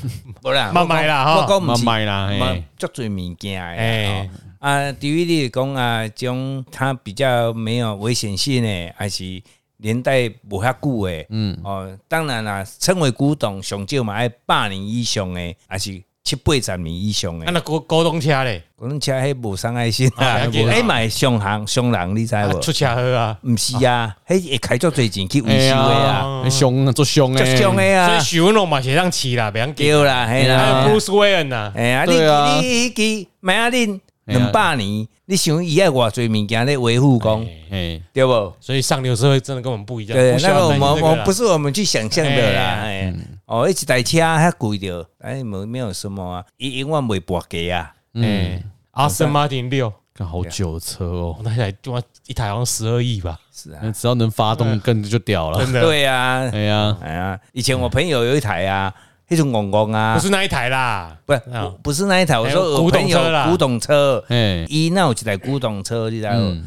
Speaker 3: 无啦，
Speaker 1: 慢慢啦
Speaker 3: 我
Speaker 1: 哈，
Speaker 3: 讲我讲
Speaker 2: 慢
Speaker 3: 毋是
Speaker 2: 慢啦，
Speaker 3: 嘛
Speaker 2: 哎，
Speaker 3: 足侪物件诶
Speaker 1: 哎。
Speaker 3: 哦啊，对于你讲啊，这种它比较没有危险性诶，还是年代无遐久诶，嗯，哦，当然啦，称为古董，上少嘛要百年以上诶，还是七八十年以上
Speaker 1: 啊
Speaker 3: 诶。
Speaker 1: 那高高动车嘞，
Speaker 3: 我们车迄无伤害性
Speaker 1: 啊
Speaker 3: 啊
Speaker 1: 不要紧，啊
Speaker 3: 哎买伤行伤人，你知
Speaker 1: 啊
Speaker 3: 哎无？
Speaker 1: 出车祸啊，
Speaker 3: 毋是啊，迄会开足侪钱去维
Speaker 2: 哎
Speaker 3: 修诶
Speaker 2: 呀
Speaker 3: 啊，，
Speaker 2: 很凶啊，做凶
Speaker 3: 足
Speaker 2: 哎，
Speaker 3: 凶诶
Speaker 1: 所以
Speaker 3: 啊，
Speaker 1: 许文龙嘛是让骑啦，别让给。
Speaker 3: 对啦，嘿啦
Speaker 1: 啊。，Bruce Wayne 呐，
Speaker 3: 哎呀，你
Speaker 2: 对啊
Speaker 3: 你迄支买啊恁
Speaker 2: 哎呀
Speaker 3: 两百年，你想伊爱偌济物件咧维护讲
Speaker 2: 哎，
Speaker 3: 对不？
Speaker 1: 所以上流社会真的跟我们不一样。
Speaker 3: 对
Speaker 1: 不，需
Speaker 3: 那
Speaker 1: 要
Speaker 3: 个我
Speaker 1: 担心这
Speaker 3: 们我
Speaker 1: 啦
Speaker 3: 们不是我们去想象的啦。
Speaker 1: 哎
Speaker 3: 哎，哦，一台车还贵着，哎，没没有什么啊，伊永远袂跋价啊。
Speaker 1: 哎，Aston Martin 六，
Speaker 2: 看好久的车
Speaker 1: 我
Speaker 2: 哦，
Speaker 1: 那台他妈一台好像十二亿吧，
Speaker 3: 是
Speaker 2: 那
Speaker 3: 啊，
Speaker 2: 只要能发动，更就屌了
Speaker 1: 真。的。
Speaker 3: 对啊，
Speaker 2: 哎呀，
Speaker 3: 哎呀，以前我朋友有一台啊，那种公公啊
Speaker 1: 不，是那一台啦，
Speaker 3: 不是
Speaker 1: 啊
Speaker 3: 不是那一台，我
Speaker 1: 哎
Speaker 3: 说
Speaker 1: 古
Speaker 3: 我
Speaker 1: 董
Speaker 3: 朋友
Speaker 1: 车啦
Speaker 3: 古董车，
Speaker 2: 哎，
Speaker 3: 伊那有一台古董车，你知道吗？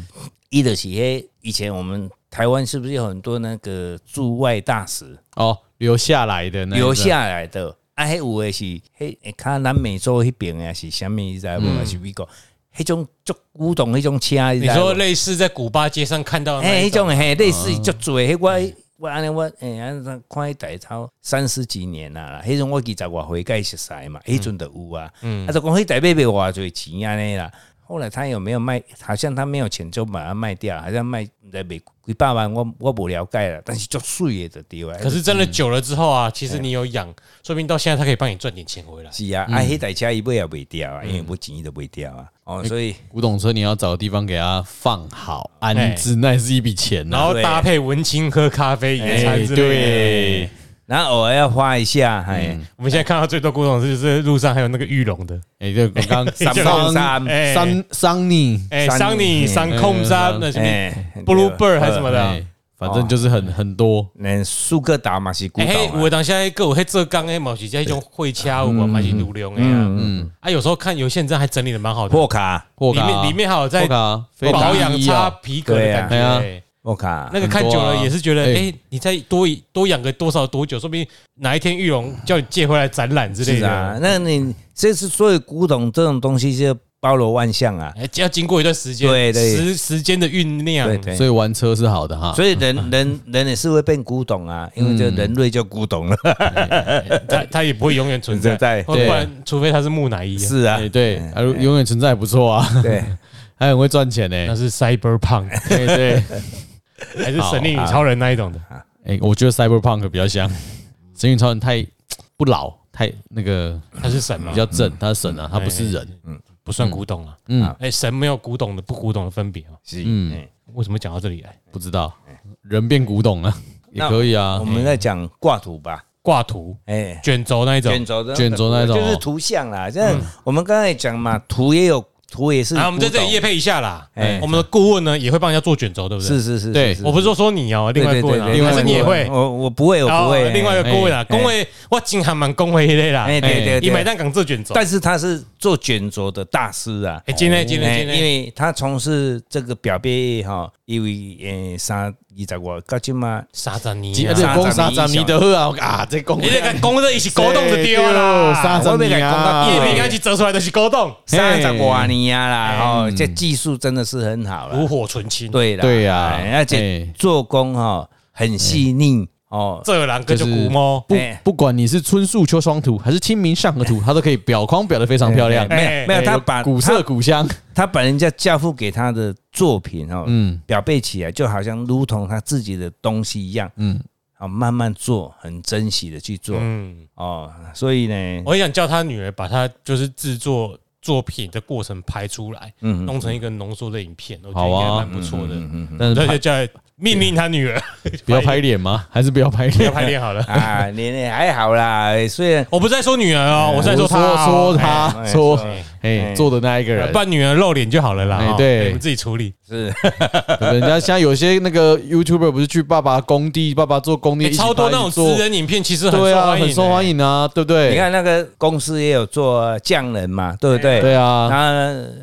Speaker 3: 伊就是迄以前我们台湾是不是有很多那个驻外大使
Speaker 2: 哦，留下来的那一个
Speaker 3: 留，下来的？啊，迄有的是迄看南美洲迄边的是啥物，你知道无？还是美国？迄种足古董迄种车，你
Speaker 1: 你
Speaker 3: 知道
Speaker 1: 说
Speaker 3: 无？
Speaker 1: 类似在古巴街上看到的那
Speaker 3: 哎，
Speaker 1: 一嗯
Speaker 3: 迄种的嘿类似足多的，迄我我安尼我哎，安尼看迄台超三十几年啦啦，迄种我二十外岁该熟识嘛，
Speaker 1: 嗯
Speaker 3: 迄阵就有啊。啊，就讲迄台买卖偌侪钱安尼啦。后来他有没有卖？好像他没有钱就把它卖掉，好像卖毋知卖几百万，我我无了解啦。但是足水的就对啊。
Speaker 1: 可是真的久了之后
Speaker 2: 嗯
Speaker 1: 啊，其实你有养，说不定到现在它可以帮你赚点钱回来。
Speaker 3: 是啊，啊，迄台车伊买也卖掉
Speaker 1: 嗯
Speaker 3: 啊，因为无钱伊就卖掉
Speaker 1: 哎
Speaker 3: 啊。哦，所以
Speaker 2: 古董车你要找个地方给它放好安置，那也是一笔钱
Speaker 1: 然
Speaker 2: 呐。
Speaker 1: 后搭配文青喝咖啡、野餐
Speaker 2: 哎，
Speaker 1: 之类的。
Speaker 2: 对，
Speaker 3: 然后偶尔要花一下，哎，
Speaker 1: 我们现在看到最多古董是就是路上还有那个玉龙的，
Speaker 2: 哎，这个刚刚
Speaker 3: 三
Speaker 2: 桑
Speaker 3: 三
Speaker 1: 哎
Speaker 2: 桑桑尼，
Speaker 1: 哎，
Speaker 3: 三
Speaker 1: 桑尼、
Speaker 3: 嗯
Speaker 1: 桑控山
Speaker 2: 嗯
Speaker 1: 那什么
Speaker 3: 哎
Speaker 1: Bluebird 还是什么的啊。哦
Speaker 2: 哎，反正就是很很多。
Speaker 3: 连苏格达嘛是古
Speaker 1: 哎、
Speaker 3: 董
Speaker 1: 嘿，
Speaker 3: 啊
Speaker 1: 我当下个有迄浙江诶，嘛是在迄种会掐有嘛，嘛是流量诶啊。
Speaker 2: 嗯，
Speaker 1: 啊，有时候看有些人真的还整理的蛮好的，
Speaker 3: 破卡
Speaker 2: 货
Speaker 1: 里
Speaker 2: 卡啊
Speaker 1: 面里面还有在
Speaker 2: 货卡啊非常
Speaker 1: 保养
Speaker 2: 易
Speaker 1: 擦
Speaker 2: 啊，
Speaker 1: 皮革的感觉、
Speaker 2: 对啊
Speaker 1: 欸
Speaker 3: 破卡
Speaker 1: 那，个看久
Speaker 2: 很
Speaker 1: 了
Speaker 2: 多啊
Speaker 1: 也是觉得，哎、
Speaker 2: 哎
Speaker 1: 你再多一多养个多少多久，说不定哪一天玉龙叫你借回来展览之类
Speaker 3: 是啊
Speaker 1: 的。
Speaker 3: 啊，那你这是所以古董这种东西就包罗万象啊。
Speaker 1: 哎要经过一段时间，
Speaker 3: 对对
Speaker 1: 时时间的酝酿，
Speaker 3: 对对，
Speaker 2: 所以玩车是好的哈。
Speaker 3: 所以
Speaker 1: 嗯
Speaker 3: 人人人也是会变古董啊，因为这人类就古董了。
Speaker 1: 它它也不会永远存在，哦
Speaker 3: 存在
Speaker 1: 不然除非它是木乃伊，
Speaker 3: 是啊，
Speaker 2: 哎对，啊永远存在也不错啊，
Speaker 3: 对，
Speaker 2: 还很会赚钱呢。
Speaker 1: 那是 Cyberpunk
Speaker 2: 对对，
Speaker 1: 还是神力女超人那一种的，
Speaker 2: 哎，我觉得 Cyberpunk 比较像，神与超人太不老，太那个
Speaker 1: 它是神嘛
Speaker 2: 比，较正，他是神啊，他不是人。
Speaker 1: 不算古董啊。
Speaker 2: 嗯，
Speaker 1: 哎，神没有古董的不古董的分别啊。
Speaker 3: 是。
Speaker 2: 嗯
Speaker 3: 嗯，
Speaker 1: 为什么讲到这里来？
Speaker 2: 不知道，人变古董了也可以啊
Speaker 1: 嗯
Speaker 3: 我。们在讲挂图吧，
Speaker 1: 挂图、
Speaker 3: 哎，
Speaker 1: 卷轴那一种，嗯
Speaker 3: 卷轴的
Speaker 2: 卷轴那种
Speaker 3: 就是图像啦。这样我们刚才讲嘛，图也有图也是古
Speaker 1: 啊，
Speaker 3: 董。
Speaker 1: 我们在这里夜配一下啦。
Speaker 3: 哎
Speaker 1: 我们的顾问呢也会帮人家做卷轴，对不对？
Speaker 3: 是是是，
Speaker 2: 对
Speaker 1: 我不是说说你哦，另外顾问啊，
Speaker 2: 另外
Speaker 1: 还是你也会。
Speaker 3: 我我不会，我
Speaker 1: 然
Speaker 3: 不
Speaker 1: 后
Speaker 3: 会。
Speaker 1: 另外一个顾问啊，工会我经常蛮工会一类啦，
Speaker 3: 哎，对对
Speaker 1: 你买
Speaker 3: 对，
Speaker 1: 单港做卷轴。
Speaker 3: 但是他是做卷轴的大师啊。
Speaker 1: 哎，今天今
Speaker 3: 哎
Speaker 1: 天今
Speaker 3: 因
Speaker 1: 天，
Speaker 3: 为他从事这个表表哈，因为诶三二十五到今嘛，
Speaker 1: 沙子你
Speaker 2: 几
Speaker 1: 啊，
Speaker 2: 啊，这讲啥十年就好啊！我啊，这讲
Speaker 1: 你这个工的一起勾动就丢
Speaker 2: 三
Speaker 1: 啦。
Speaker 2: 十年啊，
Speaker 1: 叶片开始折出来都是勾动，
Speaker 3: 三十多年啊啦，哦，
Speaker 2: 嗯
Speaker 3: 这技术真的是很好
Speaker 1: 炉
Speaker 3: 了，
Speaker 1: 火纯青。
Speaker 3: 对啦，
Speaker 2: 对呀
Speaker 3: 哎而且
Speaker 2: 哎
Speaker 3: 做工哈很细腻哦，
Speaker 1: 这两个就
Speaker 2: 就是
Speaker 1: 古猫，
Speaker 2: 不
Speaker 3: 哎
Speaker 2: 不管你是春树秋霜图还是清明上河图，它都可以表框表的非常漂亮，
Speaker 1: 哎
Speaker 3: 没有没有，
Speaker 2: 哎
Speaker 3: 他
Speaker 2: 有
Speaker 3: 把
Speaker 2: 古色古香，
Speaker 3: 他把人家教父给他的作品哦，
Speaker 2: 嗯
Speaker 3: 表背起来，就好像如同他自己的东西一样，
Speaker 2: 嗯，
Speaker 3: 啊，慢慢做，很珍惜的去做
Speaker 1: 嗯，
Speaker 3: 哦，所以呢，
Speaker 1: 我也想叫他女儿把他就是制作作品的过程拍出来，
Speaker 3: 嗯
Speaker 1: 弄成一个浓缩的影片，我觉得
Speaker 2: 好
Speaker 1: 应该
Speaker 2: 啊
Speaker 1: 蛮不错的。
Speaker 3: 嗯嗯
Speaker 2: 但是
Speaker 1: 对，
Speaker 2: 拍
Speaker 1: 就叫命令他女儿
Speaker 2: 不要拍脸吗？还是不要拍
Speaker 1: 不要
Speaker 2: 脸？
Speaker 1: 拍脸好了。
Speaker 3: 啊，你你还好啦，虽然
Speaker 1: 我不是在说女儿哦，我是在
Speaker 2: 说
Speaker 1: 说他哦
Speaker 2: 说
Speaker 1: 哎
Speaker 2: 他
Speaker 3: 哎
Speaker 2: 啊说
Speaker 3: 哎
Speaker 2: 哎
Speaker 3: 哎
Speaker 2: 做的那一个人，
Speaker 1: 扮呃女儿露脸就好了啦。
Speaker 2: 哎
Speaker 1: 哦
Speaker 2: 对
Speaker 1: 你们自己处理。
Speaker 3: 是
Speaker 2: 人家现在有些那个 YouTuber 不是去爸爸工地，爸爸做工地
Speaker 1: 哎
Speaker 2: 一起
Speaker 1: 超多
Speaker 2: 拍
Speaker 1: 那种
Speaker 2: 一起做
Speaker 1: 私人影片，其实很
Speaker 2: 对
Speaker 1: 受
Speaker 2: 啊，
Speaker 1: 欢迎，欸
Speaker 2: 很受欢。迎啊，对不对？
Speaker 3: 你看那个公司也有做匠人嘛，对不对？
Speaker 2: 对啊，
Speaker 3: 他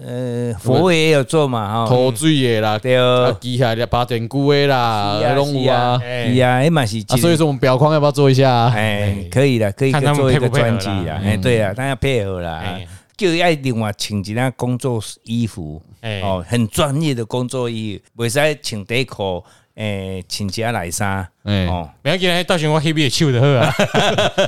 Speaker 3: 呃佛位也有做嘛，哈，
Speaker 2: 头醉的啦，
Speaker 3: 嗯对
Speaker 2: 啊
Speaker 3: 哦，，
Speaker 2: 机械的八点骨的啦，
Speaker 3: 是啊
Speaker 2: 龙舞啊
Speaker 3: 是，
Speaker 1: 哎
Speaker 3: 哎呀，哎嘛是一个，
Speaker 2: 啊，所以说我们表框要不要做一下啊？
Speaker 3: 哎，可以的，可以
Speaker 1: 看他们
Speaker 3: 做一
Speaker 1: 配
Speaker 3: 个
Speaker 1: 不配合
Speaker 3: 专辑
Speaker 1: 啦嗯
Speaker 3: 啦，哎，对啊，但要配合啦
Speaker 1: 哎，
Speaker 3: 就要另外穿一件工作衣服，
Speaker 1: 哎
Speaker 3: 哦，很专业的工作衣服，袂使穿短裤，哎，穿一件内衫，
Speaker 2: 哎，
Speaker 3: 哦，
Speaker 1: 不要给人到时候我黑笔也秀的喝 啊，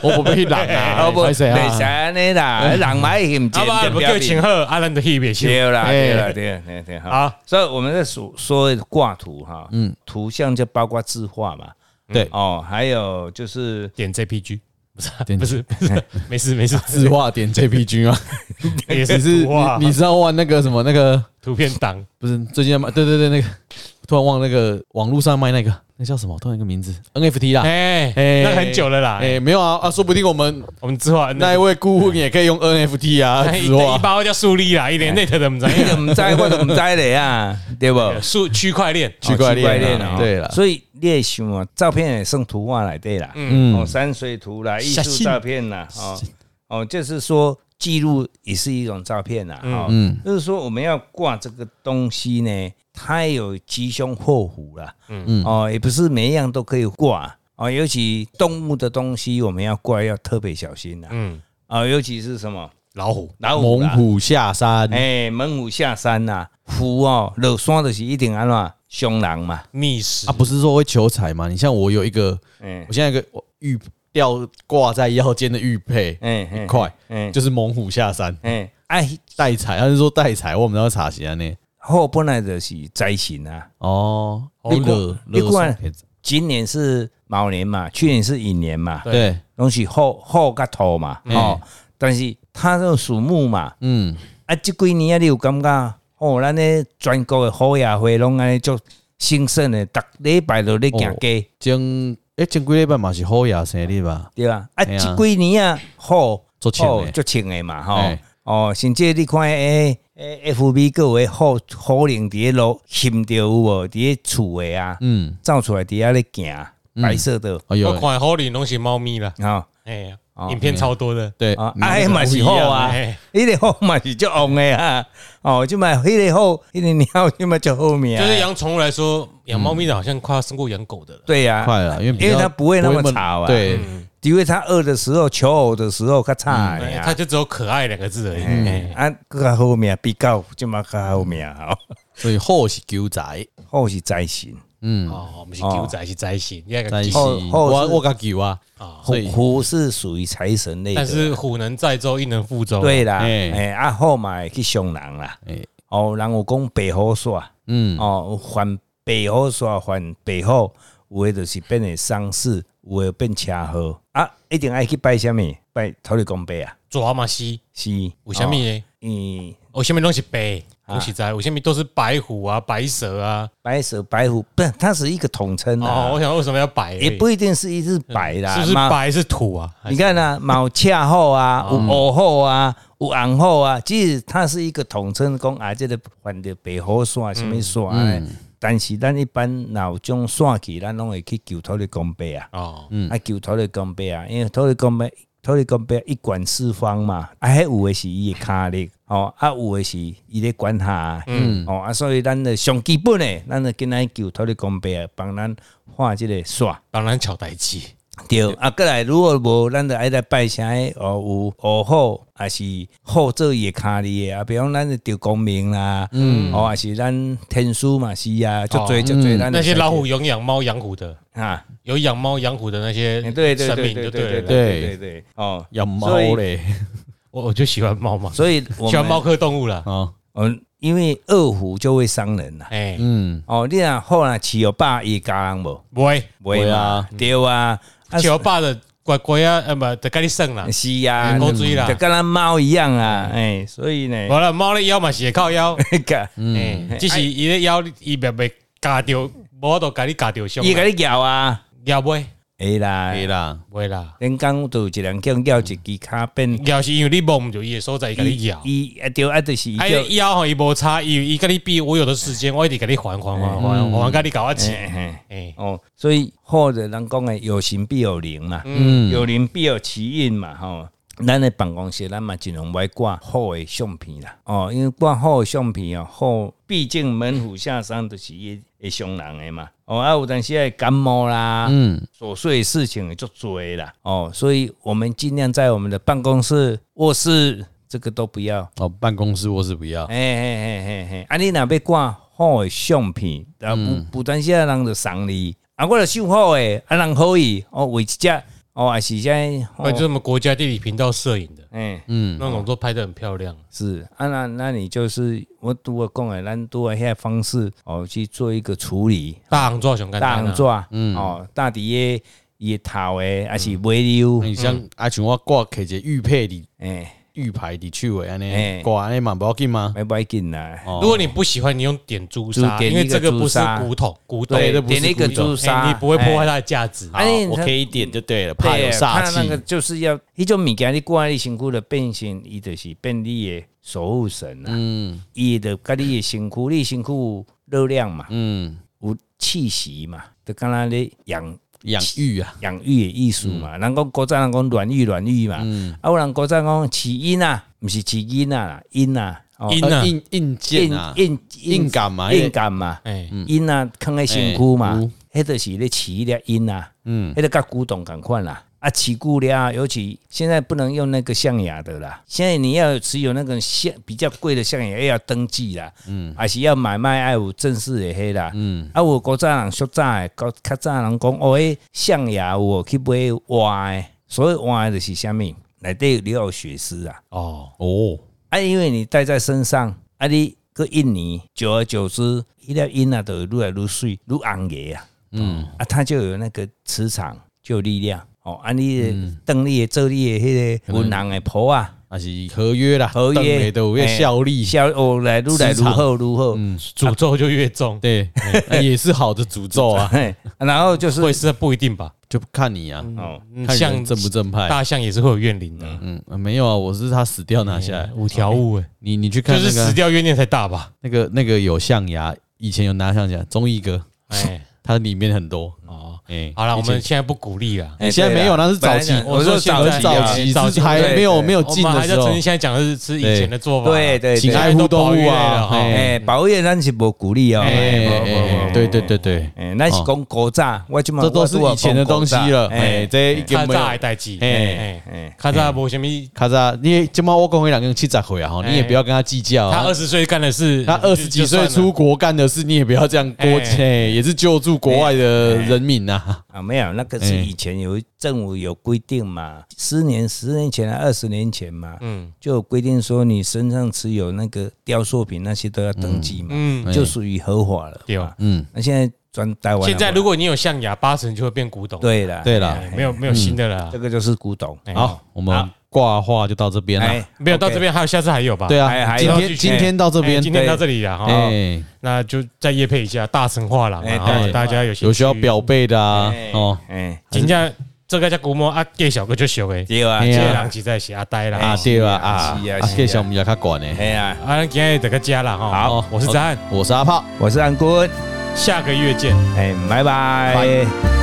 Speaker 2: 我不被懒 啊，不好意思
Speaker 3: 袂使
Speaker 2: 啊，
Speaker 3: 安尼啦，人买嫌
Speaker 1: 阿爸
Speaker 3: 钱
Speaker 1: 不叫请喝，阿兰的黑笔也秀。
Speaker 3: 对啦，
Speaker 2: 哎
Speaker 3: 对啦，对啦对啦对啦。
Speaker 1: 好，
Speaker 3: 所以我们在所所谓的挂图哈，嗯，图像就包括字画嘛，
Speaker 2: 对
Speaker 3: 哦，还有就是
Speaker 1: 点 JPG。不是啊
Speaker 2: 点
Speaker 1: 不是不是，没事没事，
Speaker 2: 字哎画点 JPG 啊，
Speaker 1: 也
Speaker 2: 你
Speaker 1: 是
Speaker 2: 是
Speaker 1: 图画
Speaker 2: 你你知道玩那个什么那个
Speaker 1: 图片档，
Speaker 2: 不是最近在卖？对对对，那个突然忘了那个网络上卖那个那叫什么？突然一个名字 NFT 啦，
Speaker 1: 哎
Speaker 2: 哎
Speaker 1: 那很久了啦。
Speaker 2: 哎，没有啊啊，说不定我们
Speaker 1: 我们之后
Speaker 2: 那一位顾问也可以用 NFT 啊，
Speaker 1: 哎一
Speaker 2: 字画哎
Speaker 1: 一。包叫树立啦，一连 net 的不 知道
Speaker 3: 哎你怎么在或者怎么在的呀，啊对不？
Speaker 1: 数区块链，
Speaker 2: 区块链啊
Speaker 3: 哦区链啊
Speaker 2: 对啦
Speaker 3: 所以你也想啊，照片也算图画来对啦，
Speaker 2: 嗯
Speaker 3: 嗯，哦，山水图啦，艺
Speaker 1: 写
Speaker 3: 术
Speaker 1: 信
Speaker 3: 照片啦，哦哦，就是说记录也是一种照片啦，哦，
Speaker 2: 嗯
Speaker 3: 就是说我们要挂这个东西呢，它有吉凶祸福啦，嗯哦，也不是每一样都可以挂哦，尤其动物的东西，我们要挂要特别小心啦，
Speaker 1: 嗯，
Speaker 3: 啊，尤其是什么
Speaker 1: 老虎，
Speaker 3: 老虎
Speaker 2: 猛
Speaker 3: 啦，
Speaker 2: 虎下山，
Speaker 3: 哎，猛虎下山呐，虎哦，落山就是一定安怎凶狼嘛，
Speaker 1: 密室
Speaker 2: 啊，不是说会求财吗？你像我有一个，
Speaker 3: 嗯
Speaker 2: 我现在有一个玉吊挂在腰间的玉佩，
Speaker 3: 嗯
Speaker 2: 一
Speaker 3: 嗯
Speaker 2: 块
Speaker 3: 嗯，
Speaker 2: 就是猛虎下山
Speaker 3: 哎，哎，
Speaker 2: 带财，他是说带财，我们要查啊一下呢。
Speaker 3: 后本来就是灾星啊，
Speaker 2: 哦，
Speaker 1: 哦
Speaker 2: 你
Speaker 3: 你看今年是卯年嘛，去年是寅年嘛，
Speaker 2: 对，
Speaker 3: 拢是后后甲头嘛，哦，但是它这个属木嘛，
Speaker 2: 嗯，
Speaker 3: 啊，这几年啊，你有感觉哦，咱咧全国的好野会拢安尼足兴盛的，逐礼拜都咧行街，
Speaker 2: 前诶前几礼拜嘛是虎牙生日吧？
Speaker 3: 对吧？啊，
Speaker 2: 嘿啊
Speaker 3: 这几年啊，好
Speaker 2: 足穿的
Speaker 3: 好足穿的嘛，吼、
Speaker 2: 哎
Speaker 3: 哦，甚至你看诶。诶，FB 各位好，可能伫咧路陷着有无？伫咧厝诶啊，
Speaker 2: 嗯，
Speaker 3: 照出来底下咧行，白色的
Speaker 2: 哎
Speaker 1: 我
Speaker 2: 呦，
Speaker 1: 看狐狸拢是猫咪啦，
Speaker 3: 啊
Speaker 1: 哎
Speaker 3: 哦，
Speaker 1: 影片超多的，
Speaker 2: 对
Speaker 3: 啊，
Speaker 2: 你那
Speaker 3: 哎
Speaker 2: 个
Speaker 3: 嘛是
Speaker 2: 不一
Speaker 3: 好
Speaker 2: 样
Speaker 3: 啊
Speaker 1: 哎，
Speaker 3: 迄个好嘛是足红的啊，哦，即卖迄个好，迄个鸟即卖足好命啊，
Speaker 1: 就是养宠物来说，养猫咪的好像快要胜过养狗的了。
Speaker 3: 对呀，
Speaker 2: 快了，因为比较
Speaker 3: 因为它不会那么
Speaker 2: 不会
Speaker 3: 吵啊
Speaker 2: 对，
Speaker 3: 因为他饿的时候、求偶的时候，较差的
Speaker 1: 哎
Speaker 3: 呀
Speaker 1: 它。就只有可爱两个字而已。哎
Speaker 3: 啊，较好命比较即嘛较好命哦，
Speaker 2: 所以后是狗仔，
Speaker 3: 好是灾星，
Speaker 2: 嗯，
Speaker 1: 哦，我们是狗仔，是灾星，那
Speaker 2: 在
Speaker 1: 个
Speaker 2: 是
Speaker 1: 鸡
Speaker 3: 后后
Speaker 2: 我
Speaker 3: 是哦
Speaker 2: 我甲狗啊，
Speaker 1: 啊。
Speaker 2: 所以
Speaker 3: 虎虎是属于财神类的，
Speaker 1: 但是虎能载舟，亦能覆舟。，
Speaker 3: 对啦，
Speaker 2: 哎
Speaker 3: 哎，啊好嘛会去伤人啦
Speaker 2: 哎，
Speaker 3: 哦，人有讲白虎煞，
Speaker 2: 嗯，
Speaker 3: 哦，犯白虎煞，犯白虎，有的就是变成丧事，有的变车祸，啊，一定爱去拜什物？拜土地公伯啊，
Speaker 1: 抓马西
Speaker 3: 是，
Speaker 1: 有啥物
Speaker 3: 哦？啊
Speaker 1: 呢？哦
Speaker 3: 嗯，
Speaker 1: 我下面东西白，东西在，我下面都是白虎啊、白蛇啊。
Speaker 3: 白蛇白虎，不，它是一个统称
Speaker 1: 哦，
Speaker 3: 啊
Speaker 1: 我，想为什么要白而已？
Speaker 3: 也不一定是一啊只白啦，
Speaker 1: 是不是
Speaker 3: 嘛
Speaker 1: 白是土啊？还
Speaker 3: 你
Speaker 1: 是哦
Speaker 3: 看啊，毛恰后啊，有乌后啊，有红后啊，其实它是一个统称，讲啊，这个反正白虎线什么线的。
Speaker 1: 嗯
Speaker 3: 但是咱一般脑种线去，咱拢会去求土地公伯啊，
Speaker 1: 哦，
Speaker 3: 啊求土地公伯啊，因为土地公伯土地公伯一管四方嘛，啊，迄有的是伊的卡力，哦，啊有的是伊咧管辖，嗯，哦啊，所以咱的上基本的，咱就跟咱求土地公伯啊，帮咱画这个线。
Speaker 1: 当然巧代鸡。
Speaker 3: 对啊，过来如果无，咱就爱来拜啥的哦，有哦好，还是好做伊的卡里的啊，比方咱就着功名啦，嗯，哦，还是咱天书嘛是啊，足
Speaker 1: 哦
Speaker 3: 多足多，咱就
Speaker 1: 那些
Speaker 3: 想
Speaker 1: 老虎有养猫养虎的，
Speaker 3: 啊，
Speaker 1: 有养猫养虎的那些
Speaker 3: 对哎对对
Speaker 1: 神
Speaker 3: 对
Speaker 1: 明
Speaker 3: 对
Speaker 1: 就
Speaker 3: 对对
Speaker 1: 对了。
Speaker 3: 对对对，哦，
Speaker 2: 养猫
Speaker 3: 所以
Speaker 2: 嘞，
Speaker 1: 我我就喜欢猫嘛，
Speaker 3: 所以我
Speaker 1: 喜欢猫
Speaker 3: 们
Speaker 1: 科动物啦。
Speaker 2: 啊，
Speaker 3: 嗯，因为二虎就会伤人啦，
Speaker 1: 哎，
Speaker 2: 嗯，
Speaker 3: 哦，你若好啦，饲有爸伊家人无，
Speaker 1: 不会，
Speaker 3: 袂
Speaker 2: 会
Speaker 3: 啊
Speaker 2: 啊，
Speaker 3: 对啊，啊
Speaker 1: 小霸的乖乖啊，呃不，得该你胜啦，
Speaker 3: 是啊，
Speaker 1: 狗追啦
Speaker 3: 就，跟咱猫一样啊，哎，所以呢，
Speaker 1: 完了猫的腰嘛是会靠腰，哎，只是伊的腰伊袂袂夹着，无都甲你夹着胸啦，
Speaker 3: 伊甲你咬啊，
Speaker 1: 腰袂
Speaker 3: 会啦，
Speaker 2: 可以啦，
Speaker 1: 袂啦，
Speaker 3: 恁讲有一人叫咬一支卡变，
Speaker 1: 腰是因为你摸毋着伊的所在，伊甲你咬。
Speaker 3: 伊啊对啊，就是伊
Speaker 1: 哎，
Speaker 3: 叫，
Speaker 1: 你腰吼伊无差，伊伊甲你比，我有的时间，我一直甲你还还还还还，甲你搞我钱。
Speaker 3: 嘿嘿
Speaker 1: 哎，
Speaker 3: 哦，所以或者人讲的有形必有灵嘛，
Speaker 2: 嗯，
Speaker 3: 有灵必有其应嘛，吼。咱的办公室，咱嘛尽量爱挂好的相片啦，哦，因为挂好的相片哦，好，毕竟门虎下山就是会会伤人的嘛，哦啊，有当时会感冒啦，
Speaker 2: 嗯，
Speaker 3: 琐碎的事情也就多啦，哦，所以我们尽量在我们的办公室、卧室这个都不要
Speaker 2: 哦，办公室我是不要，
Speaker 3: 嘿嘿嘿嘿嘿，啊，你若要挂好的相片，啊，
Speaker 2: 嗯
Speaker 3: 不不单是人就送你，啊，我就想好诶，啊，人可以，哦，为一只，哦，还是这，
Speaker 1: 或者
Speaker 3: 哦，
Speaker 1: 我们国家地理频道摄影的
Speaker 3: 哎，
Speaker 2: 嗯，
Speaker 1: 那种都拍得很漂亮。
Speaker 3: 是，啊，那那你就是我拄我讲诶，咱拄啊遐方式，哦，去做一个处理，
Speaker 1: 大行做上简
Speaker 3: 大
Speaker 1: 单
Speaker 3: 红
Speaker 1: 啊，
Speaker 3: 纸，嗯，哦，大底诶，伊头诶，还
Speaker 2: 嗯
Speaker 3: 是尾溜，
Speaker 2: 你像啊，像我挂摕一个玉佩伫
Speaker 3: 哎，
Speaker 2: 玉牌伫手诶，安
Speaker 3: 嘿
Speaker 2: 尼挂安尼嘛无要紧吗？
Speaker 3: 买不要紧啦，
Speaker 2: 哦
Speaker 1: 如果你不喜欢，你用点朱砂，
Speaker 3: 就是点
Speaker 1: 因
Speaker 3: 一
Speaker 1: 为
Speaker 3: 个
Speaker 1: 这
Speaker 3: 朱
Speaker 1: 个
Speaker 3: 砂
Speaker 1: 不是古董，古董
Speaker 2: 对这不是
Speaker 3: 点一个
Speaker 2: 古董
Speaker 3: 朱砂，
Speaker 1: 哎你不会破
Speaker 3: 哎
Speaker 1: 坏它的价值。
Speaker 2: 好
Speaker 3: 啊你
Speaker 2: 我可以点就对了，怕有煞
Speaker 3: 他那个
Speaker 2: 气，
Speaker 3: 就是要迄种物件，你挂在你身躯的变成伊就是变你的守护神啊，
Speaker 2: 嗯
Speaker 3: 伊的甲你的身躯，你的身躯有热量嘛，
Speaker 2: 嗯，
Speaker 3: 有气息嘛，就敢若咧养
Speaker 2: 养育啊，
Speaker 3: 养育的艺术嘛。人讲古早人讲卵育卵育嘛，
Speaker 2: 嗯
Speaker 3: 啊，有人古早讲饲婴啊，毋是饲婴啊啦，婴啊，哦
Speaker 1: 婴
Speaker 2: 呃
Speaker 1: 啊
Speaker 2: 硬硬件啊，
Speaker 3: 硬
Speaker 2: 硬感啊嘛，
Speaker 3: 硬感嘛，
Speaker 1: 哎，
Speaker 3: 婴啊，囥在身躯嘛
Speaker 2: 哎有，
Speaker 3: 迄著是咧饲迄粒婴啊，嗯，迄个甲古董共款啦。啊，饲久了，尤其现在不能用那个象牙的啦。现在你要持有那个象比较贵的象牙，要登记啦，嗯，还是要买卖要有正式的迄啦，嗯。啊，有古早人俗早的，较较早人讲哦，迄象牙有哦去买活的，所以活的就是啥物，内底你要有血丝啊。
Speaker 1: 哦，
Speaker 2: 哦，
Speaker 3: 啊，因为你带在身上，啊，你搁印尼，久而久之，迄粒印啊，就会越来越水，越红个啊，嗯，啊，它就有那个磁场，就有力量，哦，啊，你
Speaker 2: 嗯
Speaker 3: 的邓丽的做你的迄个文人的婆啊，
Speaker 2: 还是合约啦，
Speaker 3: 合
Speaker 2: 等
Speaker 3: 约
Speaker 2: 下都有
Speaker 3: 哎
Speaker 2: 效力，
Speaker 3: 小哦来愈来愈
Speaker 2: 磁场嗯
Speaker 3: 好愈好，
Speaker 1: 诅咒就越重，
Speaker 2: 对，哎也是好的诅咒 啊，
Speaker 3: 嘿，啊然后就是
Speaker 1: 会是不一定吧？
Speaker 2: 就看你啊，
Speaker 3: 哦，
Speaker 1: 嗯
Speaker 2: 看
Speaker 1: 像
Speaker 2: 人正不正派。
Speaker 1: 大象也是会有怨灵的，
Speaker 2: 嗯，呃没有啊，我是他死掉拿下来，
Speaker 1: 五条悟哎，
Speaker 2: 你你去
Speaker 1: 就
Speaker 2: 看
Speaker 1: 是
Speaker 2: 那
Speaker 1: 死
Speaker 2: 个
Speaker 1: 掉怨念才大吧？
Speaker 2: 那个那个有象牙，以前有拿象牙，综艺哥
Speaker 1: 哎，
Speaker 2: 他里面很多。
Speaker 1: 哦，
Speaker 2: 哎，
Speaker 1: 好了，
Speaker 2: 以
Speaker 1: 我
Speaker 2: 前
Speaker 1: 们现在不鼓励了。
Speaker 3: 哎
Speaker 2: 现在没有，
Speaker 3: 对啦啊
Speaker 2: 那是早期
Speaker 3: 本来，就
Speaker 1: 我说现
Speaker 2: 很
Speaker 1: 在
Speaker 2: 早
Speaker 1: 啊
Speaker 2: 期
Speaker 1: 早
Speaker 2: 是
Speaker 1: 期
Speaker 2: 还
Speaker 3: 对
Speaker 2: 没有
Speaker 3: 对
Speaker 2: 没有
Speaker 1: 我
Speaker 2: 进
Speaker 1: 们
Speaker 2: 的
Speaker 1: 还在
Speaker 2: 时
Speaker 1: 曾
Speaker 2: 候
Speaker 1: 经，现在讲的是是以前的做法，
Speaker 3: 对对
Speaker 2: 请
Speaker 1: 现
Speaker 3: 对，
Speaker 1: 在
Speaker 2: 爱护动物
Speaker 1: 现在都保育类
Speaker 2: 啊
Speaker 1: 了，哈
Speaker 2: 哎
Speaker 3: 哎，保育咱是无鼓励哦，
Speaker 2: 哎哎
Speaker 3: 哎无
Speaker 2: 哎对对对对，
Speaker 3: 哎，那是
Speaker 1: 哦
Speaker 3: 讲古早，我今嘛
Speaker 2: 这都是以前的东西了，哎，这已经
Speaker 1: 较
Speaker 2: 没
Speaker 1: 早的
Speaker 2: 有。
Speaker 1: 代志，
Speaker 2: 哎
Speaker 1: 哎，较早无什么，
Speaker 2: 卡扎，你今晚我讲回两个人七十岁啊，吼，你也不要跟他计较
Speaker 1: 他
Speaker 2: 啊
Speaker 1: 二。十岁干的事，
Speaker 2: 他二十几岁出国干的事，你也不要这样过，
Speaker 1: 哎
Speaker 2: 哎，也是救助国外的人民呐。
Speaker 3: 啊，没有，那个是
Speaker 2: 哎
Speaker 3: 以前有政府有规定嘛，十年、十年前、啊二十年前嘛，
Speaker 1: 嗯
Speaker 3: 嗯，就有规定说你身上持有那个雕塑品那些都要登记嘛，
Speaker 1: 嗯，
Speaker 3: 就属于合法了。
Speaker 1: 对啊。
Speaker 2: 嗯，
Speaker 3: 那现在转台湾，
Speaker 1: 现在如果你有象牙，八成就会变古董，，
Speaker 3: 对了，
Speaker 2: 啊对嗯了，
Speaker 1: 哎没有没有新的了
Speaker 3: 这，个就是古董。
Speaker 1: 哎
Speaker 2: 好，，我们挂话就到这边了。
Speaker 3: 哎，
Speaker 1: 没有到
Speaker 3: OK
Speaker 1: 这，边，还有下次还有吧？
Speaker 2: 对
Speaker 3: 还
Speaker 2: 啊，
Speaker 3: 还
Speaker 2: 今
Speaker 1: 有
Speaker 2: 天今天到这
Speaker 1: 哎，
Speaker 2: 边，
Speaker 1: 今天到这里了哈，
Speaker 2: 哎，
Speaker 1: 那就再夜配一下大成画廊啊，
Speaker 3: 哎
Speaker 1: 然后
Speaker 3: 对
Speaker 1: 大家有兴趣
Speaker 2: 有需要表背的啊
Speaker 3: 哎，
Speaker 2: 哦，
Speaker 3: 哎，
Speaker 1: 真正这个叫古魔啊，给小哥就小诶，
Speaker 3: 对啊，
Speaker 2: 哎
Speaker 1: 这
Speaker 2: 呀
Speaker 1: 个人是在是阿呆啦
Speaker 2: 啊
Speaker 1: 啊，
Speaker 2: 对啊
Speaker 3: 是啊
Speaker 2: 啊
Speaker 3: 是啊
Speaker 2: 啊，
Speaker 3: 是啊
Speaker 2: 这小我们也较管呢。
Speaker 3: 哎呀，
Speaker 1: 啊，咱今天就到家啦哈。
Speaker 2: 好
Speaker 1: 我是张翰，
Speaker 2: 我是阿炮。
Speaker 3: 我是安坤，
Speaker 1: 下个月见。
Speaker 3: 哎，拜
Speaker 2: 拜
Speaker 3: 拜。